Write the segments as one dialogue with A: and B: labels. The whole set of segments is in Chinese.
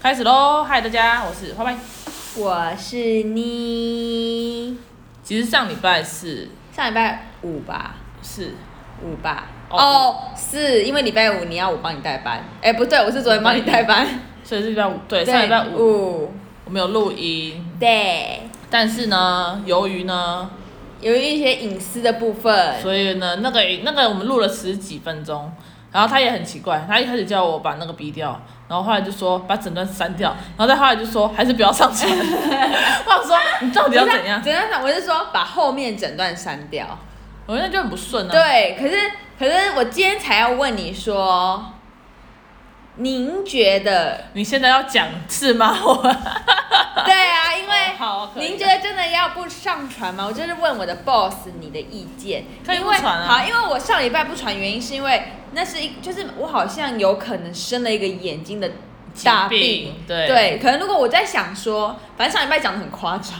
A: 开始喽！嗨，大家，我是花瓣。
B: 我是你
A: 其实上礼拜四
B: 上礼拜五吧，
A: 是
B: 五吧。
A: 哦
B: 哦，是因为礼拜五你要我帮你代班，哎，不对，我是昨天帮你代班。
A: 所以是礼拜五， 对，
B: 对
A: 上礼拜五
B: 五，
A: 我们有录音，
B: 对，
A: 但是呢，由于呢，
B: 由于一些隐私的部分，
A: 所以呢，那个那个我们录了十几分钟，然后他也很奇怪，他一开始叫我把那个逼掉，然后后来就说把整段删掉，然后再后来就说还是不要上 传。我想说你到
B: 不
A: 底
B: 是
A: 要
B: 啊
A: 怎样？
B: 怎样讲？我是说把后面整段删掉。
A: 我那就很不顺啊。，
B: 对，可是可是我今天才要问你说，您 觉得？
A: 你现在要讲是吗？我
B: 对啊，因为
A: 好可以
B: 您觉得真的要不上传吗？我就是问我的 boss 你的意见，
A: 可以
B: 因
A: 不
B: 为
A: 传啊
B: 好，因为我上礼拜不传，原因是因为那是一就是我好像有可能生了一个眼睛的大
A: 疾病对
B: 对，可能如果我在想说，反正上礼拜讲的很夸 张，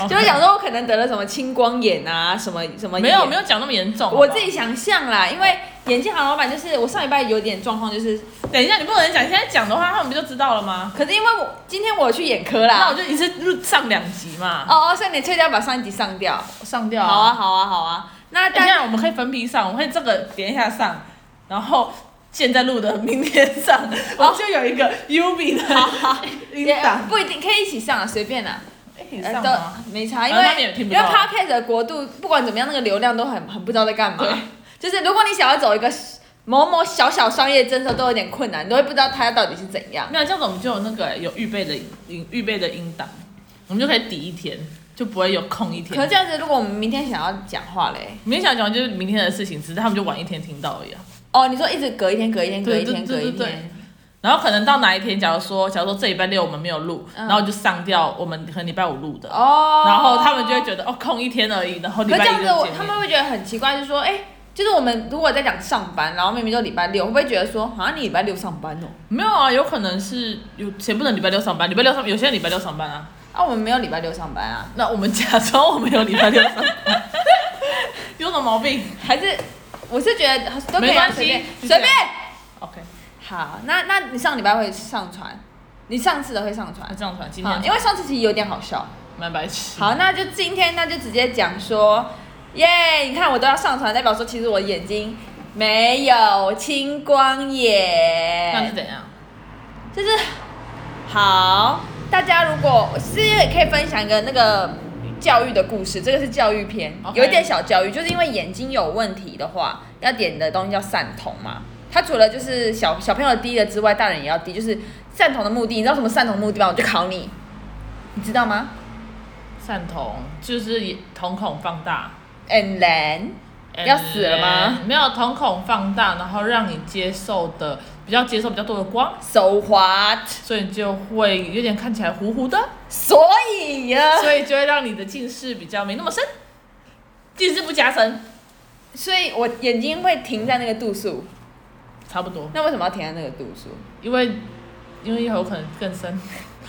A: 哦
B: 就是讲说我可能得了什么青光眼啊，什么什么
A: 没有没
B: 有，
A: 有讲那么严重。好不好
B: 我自己想象啦，因为眼镜行老板就是我上礼拜有点状况，就是
A: 等一下，你不能讲，现在讲的话，他们不就知道了吗？
B: 可是因为我今天我有去眼科
A: 那我
B: 啦，
A: 就一次录上两集嘛，
B: 啊哦哦，所以你催掉把上一集上掉。
A: 上掉哎
B: 好啊，。好啊，好啊。那
A: 等一
B: 大家
A: 下，我们可以分批上，我们可以这个点一下上，然后现在录的明天上，
B: 哦
A: 我就有一个 U B 的音
B: 也
A: 档，
B: 不一定可以一起上啊，随便啦，
A: 哎你
B: 呃
A: 上
B: 都
A: 吗？
B: 没差，因
A: 反正他们也
B: 为
A: 听
B: 因
A: 不
B: 为
A: 到
B: podcast 的国度不管怎么样，那个流量都很很不知道在干嘛
A: 对。
B: 就是如果你想要走一个某某小小商业政策，都有点困难，你都会不知道它到底是怎样。
A: 没有，这样子我们就有那个有预备的音预备的音档，我们就可以抵一天，就不会有空一
B: 可是
A: 天
B: 这。样子，如果我们明天想要讲话嘞，
A: 明天想讲就是明天的事情，只是他们就晚一天听到而已啊。
B: 哦，你说一直隔一天，隔一天，隔
A: 对
B: 一天，
A: 对
B: 隔
A: 对
B: 一
A: 对
B: 天，
A: 然后可能到哪一天，假如说，假如说这礼拜六我们没有录，
B: 嗯
A: 然后就上掉我们可能礼拜五录的，
B: 哦，
A: 然后他们就会觉得哦，空一天而已，然后礼
B: 可
A: 拜
B: 这
A: 一
B: 样
A: 就
B: 子
A: 见，
B: 我
A: 面
B: 他们会觉得很奇怪，就是说，哎、就是我们如果在讲上班，然后明明就礼拜六，会不会觉得说，好像你礼拜六上班哦？
A: 没有啊，有可能是有谁不能礼拜六上班，礼拜六上有些人礼拜六上班啊，
B: 啊，我们没有礼拜六上班啊，
A: 那我们假装我们有礼拜六上班， 有什么毛病
B: 还是我是觉得都可
A: 没
B: 以啊
A: 关系
B: 随便
A: 就
B: 随
A: 这样
B: 便。
A: ？OK，
B: 好，那那你上礼拜会上传，你上次的会上传
A: 那，这样传，今
B: 好，
A: 天
B: 因为上次其实有点好笑。
A: 蛮白痴。
B: 好，那就今天那就直接讲说，耶，你看我都要上传，代表说其实我眼睛没有青光
A: 那是
B: 眼，
A: 怎样？
B: 就是好，大家如果其实也可以分享一个那个。教育的故事，这个是教育篇
A: OK
B: 有一点小教育，就是因为眼睛有问题的话，要点的东西叫散瞳嘛。它除了就是小小朋友滴的之外，大人也要滴。就是散瞳的目的，你知道什么散瞳目的吗？我就考你，你知道吗
A: 散瞳就是瞳孔放大，
B: ？And then，要死了吗？
A: 没有，瞳孔放大，然后让你接受的比较接受比较多的光，
B: 手滑，
A: 所以就会有点看起来糊糊的，
B: 所 以呀、
A: 所以就会让你的近视比较没那么深，近视不加深，
B: 所以我眼睛会停在那个度数。
A: 差不多。
B: 那为什么要停在那个度数？
A: 因为因为有可能更深，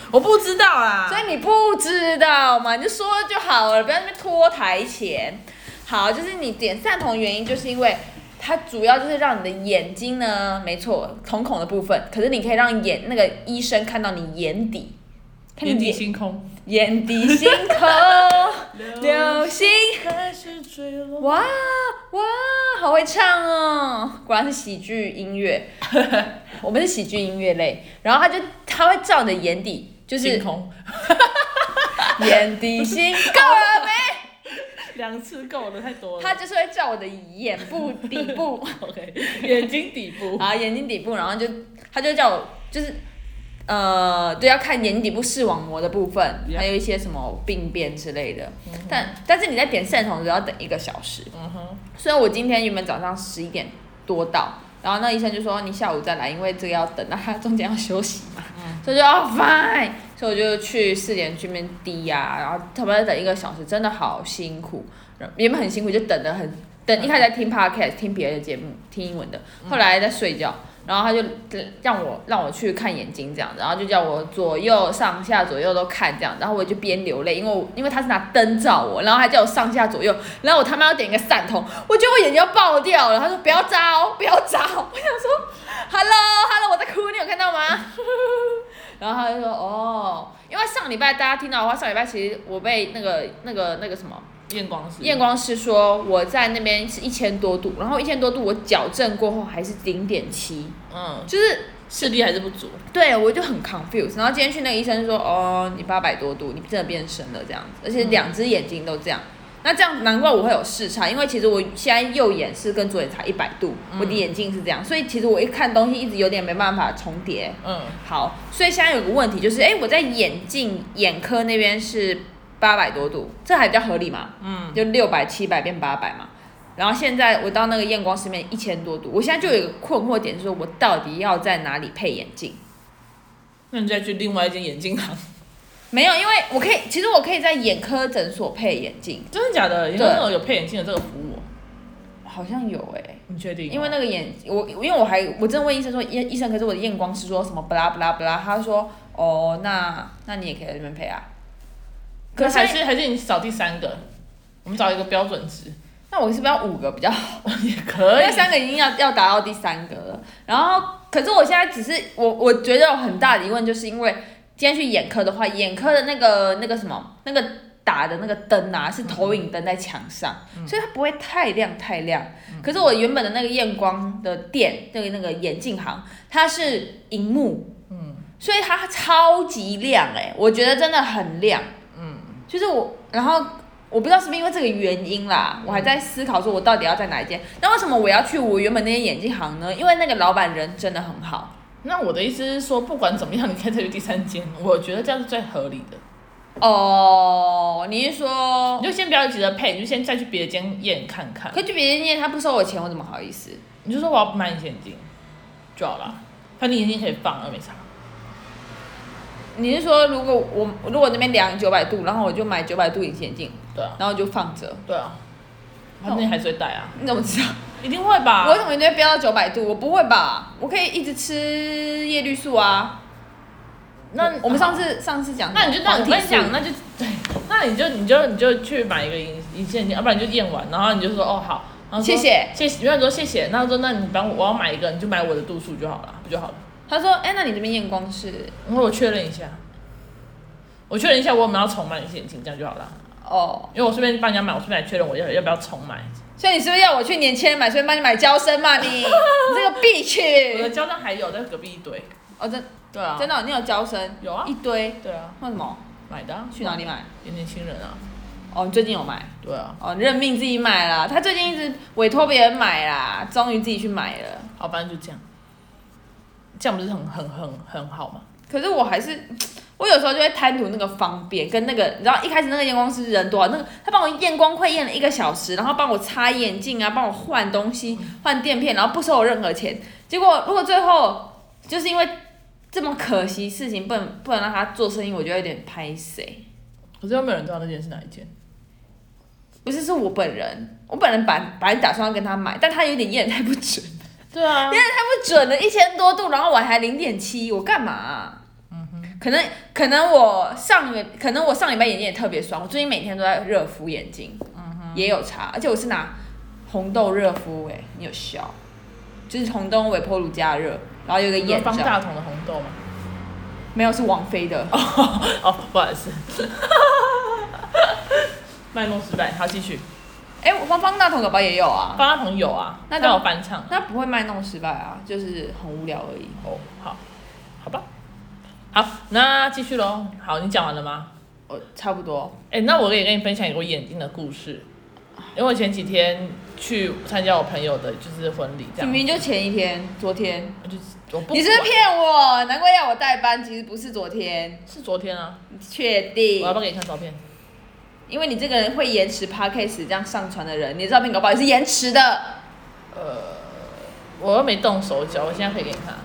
A: 我不知道啊啦。
B: 啊所以你不知道嘛，你就说就好了，不要在那边拖台前。好，就是你点散瞳的原因，就是因为它主要就是让你的眼睛呢，没错，瞳孔的部分，可是你可以让眼那个医生看到你眼底，看你
A: 眼底星空，
B: 眼底星 空，流星。
A: 开始坠落。
B: 哇哇，好会唱哦！果然是喜剧 音乐，我们是喜剧音乐类。然后他就他会照你的眼底，就是
A: 星空，
B: 眼底星， 够了没？
A: 两次够了，太多了。
B: 他就是会照我的眼部底部
A: OK，眼睛底 部。
B: 啊，眼睛底部，然后就他就叫我就是呃，对，要看眼睛底部视网膜的部分，
A: Yeah
B: 还有一些什么病变之类的。
A: 嗯哼
B: 但但是你在点散瞳的时候要等一个小时。
A: 嗯哼，
B: 虽然我今天原本早上十一点多到，然后那医生就说你下午再来，因为这个要等，那他中间要休息嘛，
A: 嗯
B: 所以就哦 fine，所以我就去四点去那边滴呀、然后差不多等一个小时，真的好辛苦，然后原本很辛苦，就等的很等，一开始在听 podcast，听别的节目，听英文的，后来在睡觉。然后他就让我让我去看眼睛这样子，然后就叫我左右上下左右都看这样，然后我就边流泪，因为我因为他是拿灯照我，然后还叫我上下左右，然后我他妈要点一个散瞳，我觉得我眼睛要爆掉了。他说不要扎哦，不要扎哦。我想说，Hello Hello，我在哭，你有看到吗？ 然后他就说哦，因为上礼拜大家听到的话，上礼拜其实我被那个那个那个什么
A: 验光师，
B: 验光师说我在那边是一千多度，然后一千多度我矫正过后还是零点七，
A: 嗯，
B: 就是
A: 视力还是不足，
B: 对，我就很 confused。然后今天去那个医生说，哦，你八百多度，你真的变深了这样子，而且两只眼睛都这样。那这样难怪我会有视差，因为其实我现在右眼是跟左眼差一百度，我的眼镜是这样，所以其实我一看东西一直有点没办法重叠。
A: 嗯
B: 好，所以现在有个问题就是，哎、我在眼镜眼科那边是八百多度，这还比较合理嘛？
A: 嗯，
B: 就六百、七百变八百嘛。然后现在我到那个验光师面一千多度，我现在就有一个困惑点，就是我到底要在哪里配眼镜？
A: 那你再去另外一间眼镜行，
B: 没有，因为我可以，其实我可以在眼科诊所配眼镜，
A: 真的假的？你有那种有配眼镜的这个服务哦？
B: 好像有哎、
A: 你确定吗？
B: 因为那个眼，我因为我还我真的问医生说，医医生可是我的验光师说什么不啦不啦不啦，他说哦，那那你也可以在这边配啊。
A: 可
B: 可
A: 是还
B: 是
A: 是还是你找第三个，我们找一个标准值
B: 那我是不是要五个比较好？
A: 也可以
B: 那。三个已经要要达到第三个了。然后，可是我现在只是我我觉得有很大的疑问，就是因为今天去眼科的话，眼科的那个那个什么那个打的那个灯啊，是投影灯在墙上，所以它不会太亮太亮。可是我原本的那个验光的店，那个那个眼镜行，它是荧幕，嗯，所以它超级亮哎、我觉得真的很亮，嗯，就是我，然后我不知道是不是因为这个原因啦，
A: 嗯
B: 我还在思考说我到底要在哪一间。那为什么我要去我原本那间眼镜行呢？因为那个老板人真的很好。
A: 那我的意思是说，不管怎么样，你可以再去第三间，我觉得这样是最合理的。
B: 哦，嗯你是说
A: 你，就先不要急着配，你就先再去别的间验看看。
B: 可就别人店他不收我钱，我怎么好意思？
A: 你就说我要买隐形眼镜就好了，反正眼镜可以放，又没差。
B: 你是说如果我如果那边量九百度，然后我就买九百度隐形眼镜，
A: 对啊，
B: 然后我就放着？
A: 对啊，反正你还是会戴啊，
B: 你怎么知道？
A: 一定会吧？
B: 我为什么一定会飙到九百度？我不会吧？我可以一直吃叶绿素啊。
A: 那
B: 我们上次上次讲什么，
A: 那你就那我
B: 黄体
A: 跟你
B: 素
A: 讲，那就 对，那你就你就你就去买一个隐隐形眼镜，要不然你就验完，然后你就说哦好，然后说
B: 谢谢
A: 谢谢，原来说谢谢，那他说那你帮我我要买一个，你就买我的度数就好了，不就好了？
B: 他说，哎、那你这边验光是？
A: 然后我确认一下，我确认一下我有没有要重买隐形眼镜，这样就好了。
B: 哦，
A: 因为我顺便帮人家买，我顺便来确认我要要不要重买。
B: 所以你是不是要我去年轻人买，所以帮你买娇生嘛？你你这个必
A: 我的
B: 去。
A: 胶囊还有在隔壁一堆。
B: 哦，真
A: 哎对啊
B: 真的哦、你有娇生？
A: 有啊
B: 一堆。
A: 对啊，
B: 那什么？
A: 买的、啊、
B: 去哪里买？
A: 有年轻人啊，
B: 哦，你最近有买？
A: 对啊，
B: 哦，你认命自己买啦。他最近一直委托别人买啦，终于自己去买了。
A: 好，反正就这样，这样不是很很很很好吗？
B: 可是我还是，我有时候就会贪图那个方便，跟那个你知道一开始那个验光师人多少，啊那个他帮我验光快验了一个小时，然后帮我擦眼镜啊，帮我换东西、换垫片，然后不收我任何钱。结果如果最后就是因为这么可惜事情，不能不能让他做生意，我就有点拍谁。
A: 可是又没有人知道那件是哪一件，
B: 不是，是我本人，我本人本本来打算要跟他买，但他有点验得太不准，
A: 对啊，
B: 不准了一千多度，然后我还零点七，我干嘛啊、可能可能我上个可能我上礼拜眼睛也特别酸，我最近每天都在热敷眼睛，也有擦，而且我是拿红豆热敷、欸，你有效？就是红豆微波炉加热，然后有一个
A: 有
B: 眼
A: 方
B: 罩，
A: 大同的红豆吗？
B: 没有是王菲的，
A: 哦，不好意思， 卖弄失败，好继续。
B: 哎、我方方大同搞不好也有啊，
A: 方大同有啊，
B: 那就
A: 他有翻唱啊。
B: 那不会卖弄失败啊，就是很无聊而已。
A: 哦，好，好吧，好，那继续喽。好，你讲完了吗？
B: 我哦差不多，
A: 哎、那我也跟你分享一个我眼睛的故事，因为我前几天去参加我朋友的就是婚礼，这
B: 明
A: 样，
B: 明就前一天，昨天，
A: 我就我不
B: 你是不是
A: 管
B: 骗我？难怪要我代班，其实不是昨天，
A: 是昨天啊，
B: 你确
A: 我
B: 定？
A: 要不要给你看照片？
B: 因为你这个人会延迟 podcast 这样上传的人，你的照片搞不好也是延迟的。
A: 我又没动手脚，我现在可以给你看。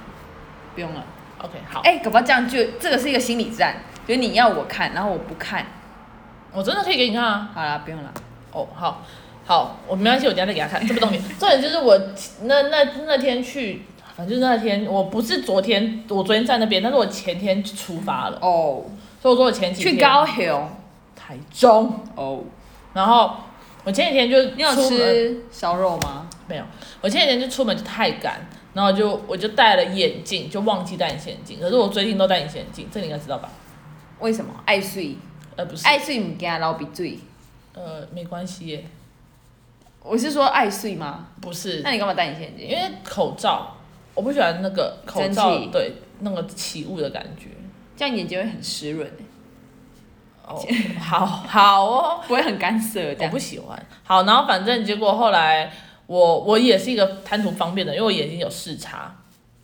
B: 不用了，
A: OK，好，
B: 哎、搞不好这样就这个是一个心理战，就是你要我看，然后我不看。
A: 我真的可以给你看啊。
B: 好啦，不用了。
A: 哦，好，好，我没关系，我等一下再给他看，这不重点， 重点就是我那那那天去，反正那天我不是昨天，我昨天在那边，但是我前天就出发了，
B: 哦，
A: 所以我说我前几天
B: 去高雄。
A: 台中，
B: 哦，
A: 然后我前几天就
B: 你有
A: 出门
B: 吃烧肉吗？
A: 没有？我前几天就出门就太赶，然然后就我就戴了眼镜，就忘记戴隐形眼镜。可是我最近都戴隐形眼镜，这你应该知道吧？
B: 为什么爱睡？
A: 呃，不是，
B: 爱睡唔惊流鼻水。
A: 呃，没关系耶，
B: 我是说爱睡吗？
A: 不是
B: 那，你干嘛戴隐形眼
A: 因
B: 镜？
A: 为口罩，我不喜欢那个口罩
B: 蒸汽
A: 对那个起雾的感觉。
B: 这样眼睛会很湿润、
A: 哦，好好哦，
B: 不会很干涩这
A: 我哦
B: 样
A: 不。喜欢。好，然后反正结果后来我我也是一个贪图方便的，因为我眼睛有视差，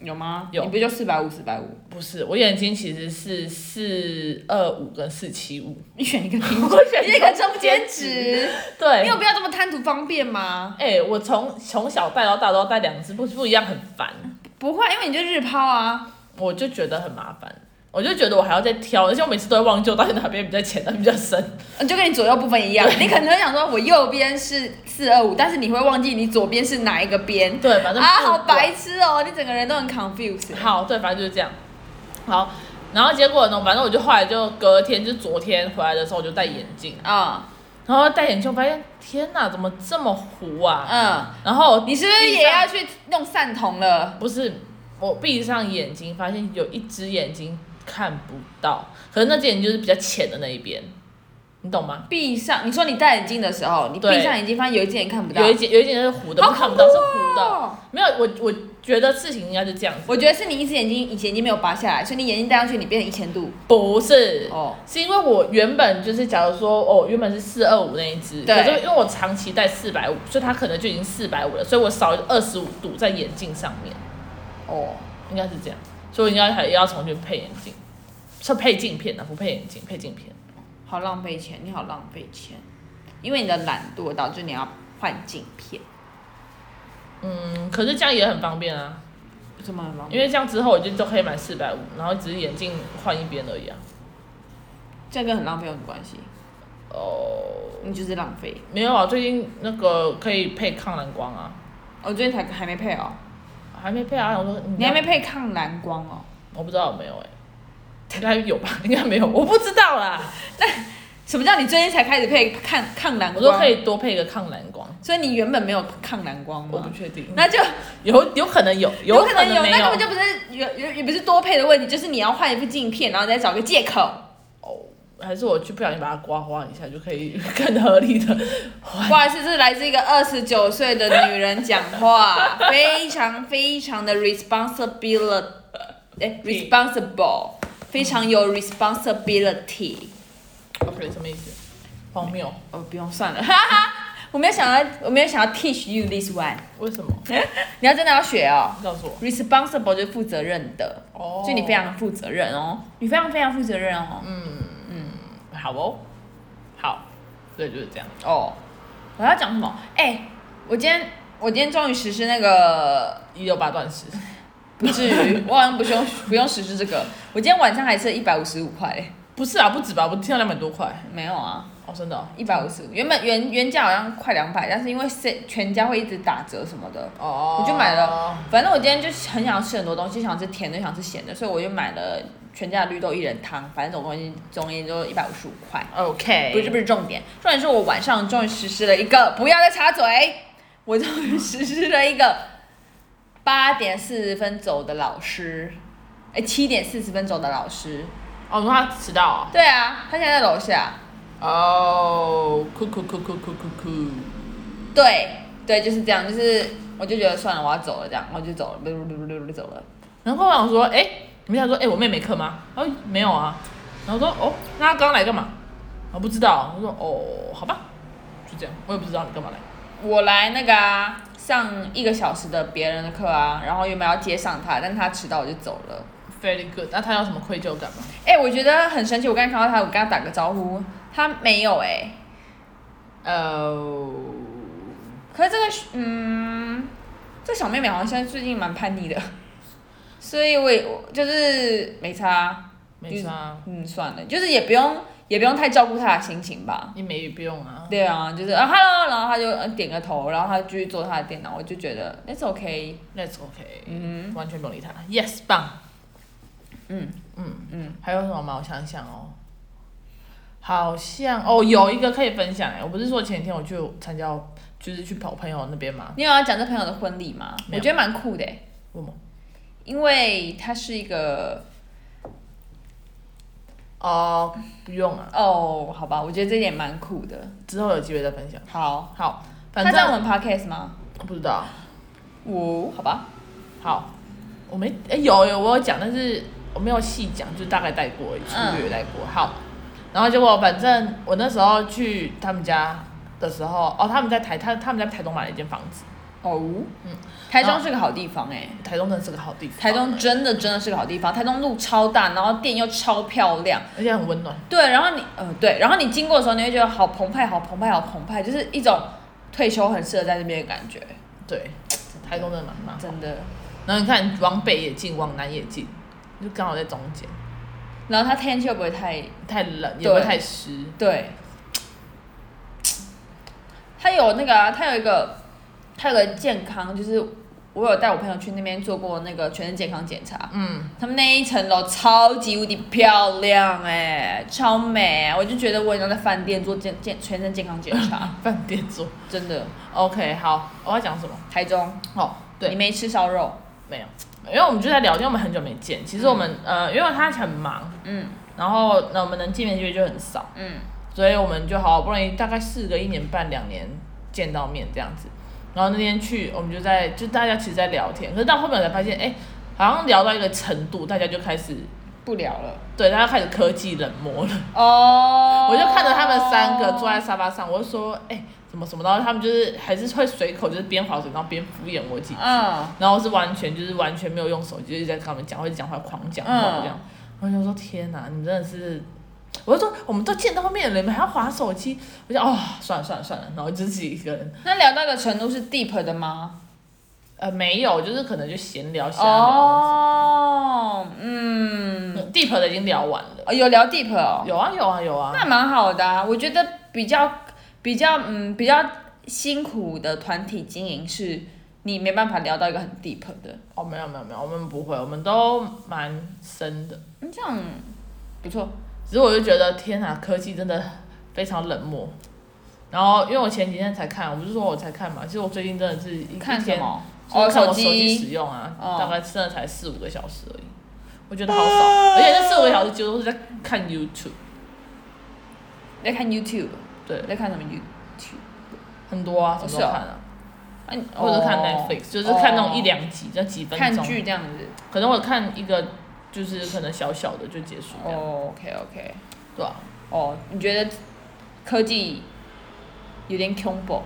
B: 有吗？
A: 有
B: 你不就四百五、四 百五？
A: 不是我眼睛其实是四二五跟四七五，
B: 你选一个平
A: 我选
B: 一个中间值。
A: 对，
B: 你有必要这么贪图方便吗？
A: 哎、我从从小戴到大都要戴两只，不不一样很烦，
B: 不会，因为你就日抛啊。
A: 我就觉得很麻烦。我就觉得我还要再挑，而且我每次都会忘记我到底哪边比较浅，哪边比较深。
B: 就跟你左右部分一样，你可能会想说，我右边是四二五，但是你会忘记你左边是哪一个边
A: 对，反正
B: 啊，
A: 不
B: 好
A: 管
B: 白痴哦，你整个人都很 confused。
A: 好，对，反正就是这样。好，然后结果呢，反正我就后来就隔天，就是昨天回来的时候，我就戴眼镜，
B: 啊，
A: 然后戴眼镜我发现，天哪，怎么这么糊啊？
B: 嗯，
A: 然后
B: 你是不是
A: 闭上
B: 也要去弄散瞳了？
A: 不是我闭上眼睛，发现有一只眼睛看不到，可是那只眼睛就是比较浅的那一边，你懂吗？
B: 闭上，你说你戴眼镜的时候，你
A: 对
B: 闭上眼睛，发现有一只眼看不到，
A: 有一只有一只眼睛是糊的，
B: 好
A: 不是看不到是
B: 恐怖
A: 糊的。
B: 哦。
A: 没有，我我觉得事情应该是这样子，
B: 我觉得是你一只眼睛以前已经没有拔下来，所以你眼睛戴上去，你变成一千度。
A: 不是。
B: 哦，
A: 是因为我原本就是，假如说哦，原本是四二五那一只，
B: 对
A: 可是因为我长期戴四百五，所以它可能就已经四百五了，所以我少二十五度在眼镜上面，
B: 哦，
A: 应该是这样，所以我应该还要重新配眼镜，是配镜片的，啊不配眼镜，配镜片。
B: 好浪费钱，你好浪费钱，因为你的懒惰导致你要换镜片，
A: 嗯，可是这样也很方便啊，
B: 怎么浪
A: 因为这样之后我就都可以买四百五，然后只是眼镜换一边而已啊。
B: 这跟很浪费有什么关系？
A: 哦，
B: 你就是浪费。
A: 没有啊，最近那个可以配抗蓝光啊，
B: 我最近才还没配哦，
A: 还没配啊。我说
B: 你还没，配抗蓝光哦。
A: 我不知道有没有哎、应该有吧， 应该没有，我不知道啦。
B: 什么叫你最近才开始配抗抗蓝
A: 我
B: 光？
A: 说可，以多配一个抗蓝光，
B: 所以你原本没有抗蓝光
A: 我不
B: 吗？
A: 确定，
B: 那就
A: 有有可能有，
B: 有
A: 可
B: 可能有，
A: 没
B: 那根本
A: 有。
B: 就不是有有也不是多配的问题，就是你要换一副镜片，然后再找个借口
A: 还是我去不小心把它刮花一下，就可以 更合理的。
B: 不好意思，这是来自一个二十九岁的女人讲话， 非常非常的 responsibility，哎，responsible，非常有 responsibility。
A: OK，什么意哦思？荒谬？
B: 哦，不用算了， 哈哈，我没有想要，我没有想要 teach you this one，
A: 为什么？
B: 你要真的要学哦。
A: 告诉我。
B: responsible 就是负责任的，
A: 哦
B: 所以你非常负责任哦，你非常非常负责任哦。嗯，
A: 好哦，好，所以就是这样。
B: 哦，我要讲什么？哎、我今天我今天终于实施那个
A: 一六八断食，
B: 不至于，我好像不用不用实施这个。我今天晚上还吃一百五十五块，
A: 不是啊，不止吧？我听到两百多块，
B: 没有啊，
A: 哦，真的哦，
B: 一百五十五。原本原原价好像快两百，但是因为是全家会一直打折什么的，
A: 哦
B: 我就买了。反正我今天就是很想吃很多东西，想吃甜的，想吃咸的，所以我就买了全家的绿豆薏仁汤，反正总共总而言之就一百五十五块。
A: OK，
B: 不是不是重点，重点是我晚上终于实施了一个，不要再插嘴，我终于实施了一个八点四十分走的老师，哎，七点四十分走的老师，
A: 哦，你说他迟到啊？
B: 对啊，他现在在楼下，
A: 哦，酷酷酷酷酷酷酷，
B: 对对，就是这样，就是我就觉得算了，我要走了这样，我就走了，不不不不不走了，
A: 然后我想说，哎、你们想说，哎、我妹没课吗？哦，没有啊。然后说，哦，那她刚来干嘛？我不知道。我说，哦，好吧，就这样，我也不知道你干嘛来。
B: 我来那个啊，上一个小时的别人的课啊，然后原本要接上他，但他迟到我就走了。
A: Very good，那他有什么愧疚感吗？
B: 哎、我觉得很神奇。我刚才看到他，我跟他打个招呼，他没有哎、呃
A: 哦，
B: 可是这个小，嗯，这小妹妹好像现在最近蛮叛逆的，所以我也我就是没差，
A: 没啊啥，
B: 嗯，算了，就是也不用也不用太照顾她的心情吧。
A: 你没不用啊。
B: 对啊，就是啊，hello，然后她就呃点个头，然后她就继续做她的电脑，我就觉得 it's okay，
A: That's OK，
B: 嗯
A: 完全不用理他。Yes，棒。
B: 嗯
A: 嗯
B: 嗯，
A: 还有什么吗？我想想哦，好像哦，有一个可以分享哎、我不是说前几天我去参加，就是去跑朋友那边嘛，
B: 你有要讲这朋友的婚礼吗？
A: 没有
B: 我觉得蛮酷的欸、
A: 为什么？
B: 因为它是一个
A: 哦，不用啊，
B: 哦，好吧，我觉得这点蛮酷的。
A: 之后有机会再分享。
B: 好，
A: 好，
B: 他
A: 反
B: 在
A: 正
B: 我们 podcast 吗？
A: 不知道。
B: 我好吧，
A: 好，我没哎、有有我有讲，但是我没有细讲，就大概带过而已，粗略带过。
B: 嗯
A: 好，然后结果反正我那时候去他们家的时候，哦，他们在台他他们在台东买了一间房子，
B: 哦，嗯，台中是个好地方哎、
A: 台东真的是个好地方，啊
B: 台东真的真的是个好地方，台东路超大，然后店又超漂亮，
A: 而且很温暖，
B: 对，然后你呃对，然后你经过的时候，你会觉得好澎湃，好澎湃，好澎湃，就是一种退休很适合在这边的感觉，
A: 对，台东真的蛮蛮好。
B: 真的。
A: 然后你看往北也近，往南也近，就刚好在中间，
B: 然后它天气又不会太
A: 太冷也
B: 对
A: 不会太湿，
B: 对，它有那个、啊，它有一个，它有个健康，就是我有带我朋友去那边做过那个全身健康检查，
A: 嗯，
B: 他们那一层楼超级无敌漂亮哎、超美、我就觉得我也能在饭店做健健全身健康检 查，
A: 饭店做。
B: 真的。
A: OK，好，我要讲什么？
B: 台中，
A: 哦，对
B: 你，没吃烧肉，
A: 没有，因为我们就在聊天，我们很久没见。其实我们、呃，因为他很忙，
B: 嗯
A: 然后那我们能见面的机会就很少，
B: 嗯，
A: 所以我们就好不容易大概四个一年半两年见到面这样子。然后那天去，我们就在就大家其实在聊天，可是到后面我才发现，哎，好像聊到一个程度，大家就开始
B: 不聊了。
A: 对大家开始科技冷漠了。
B: 哦、
A: 我就看着他们三个坐在沙发上，我就说，哎、怎么什么然后他们就是还是会随口就是边划水，然后边敷衍我几句。
B: 嗯，
A: 然后是完全就是完全没有用手机，就是在跟他们讲，或者讲话狂讲话
B: 嗯
A: 这样。我就说天哪，你们真的是，我就说我们都见到面了，你们还要划手机？我就哦，算了算了算了，然后就自己一个人。
B: 那聊到一个程度是 deep 的吗？
A: 呃，没有，就是可能就闲聊瞎聊。
B: 哦，嗯，
A: 嗯 Deep 的已经聊完了。
B: 哦有聊 deep 哦，
A: 有啊有啊有啊，
B: 那蛮好的、啊。我觉得比较比较嗯比较辛苦的团体经营是，你没办法聊到一个很 deep 的，
A: 哦没有没有没有，我们不会，我们都蛮深的。
B: 嗯，这样不错。
A: 只是我就觉得天哪，科技真的非常冷漠。然后因为我前几天才看，我不是说我才看嘛，其实我最近真的是一
B: 看
A: 一
B: 什
A: 天
B: 么？
A: 哦，
B: 哦，
A: 看
B: 手
A: 我手机
B: 机。
A: 使用啊，
B: 哦
A: 大概真的才四五个小时而已，我觉得好少，
B: 啊
A: 而且这四五个小时几乎都是在看 YouTube，
B: 在看 YouTube，
A: 对，
B: 在看什么 YouTube？
A: 很多啊，什么都看啊，
B: 哦啊你
A: 或者看
B: 哦
A: Netflix，就是看那
B: 哦
A: 种一两集，就几分
B: 看
A: 钟，
B: 剧这样子。
A: 可能我看一个就是可能小小的就结束这样，
B: 哦，OK OK。
A: 对啊吧？
B: 哦，你觉得科技有点恐怖？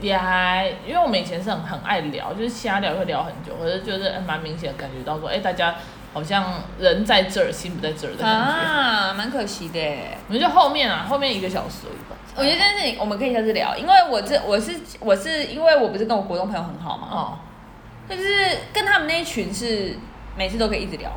A: 也还，因为我们以前是很很爱聊，就是瞎聊会聊很久，可是就是哎蛮明显地感觉到说，哎、大家好像人在这儿，心不在这儿的感觉。
B: 啊，蛮可惜的耶。
A: 我们就后面啊，后面一个小时而已吧。
B: 我觉得这件事情我们可以下次聊，因为我这我是我是因为我不是跟我国中朋友很好嘛，
A: 哦，
B: 就是跟他们那一群是每次都可以一直聊，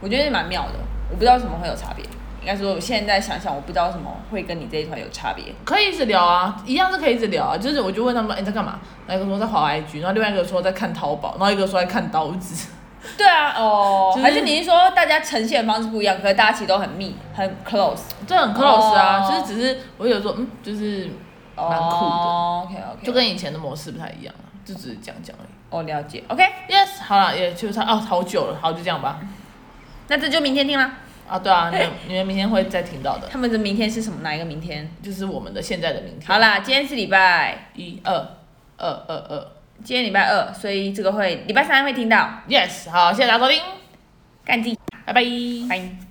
B: 我觉得蛮妙的。我不知道为什么会有差别，应该说我现在想想，我不知道为什么会跟你这一团有差别。
A: 可以一直聊啊，一样是可以一直聊啊。就是我就问他们，哎、你在干嘛？那一个说在滑 IG，然后另外一个说在看淘宝，然后一个说在看刀子。
B: 对啊，哦，
A: 就是
B: 还是你是说大家呈现的方式不一样，可是大家其实都很密很 close，
A: 这很 close 啊
B: 哦
A: 就是只是我有时候嗯，就是蛮酷的
B: 哦、OK OK，
A: 就跟以前的模式不太一样啊，就只是讲讲而已。
B: 我、哦了解 OK，
A: Yes，好了，也就差哦，好久了，好就这样吧。
B: 那这就明天听啦。
A: 啊，对
B: 哎
A: 啊，你们你们明天会再听到的，
B: 他们的明天是什么？哪一个明天？
A: 就是我们的现在的明天。
B: 好，啦，今天是礼拜。
A: 一二二二二
B: 今天礼拜二，所以这个会礼拜三会听到。
A: ，Yes，好，谢谢大家收听，
B: 干净，
A: 拜拜。
B: 拜。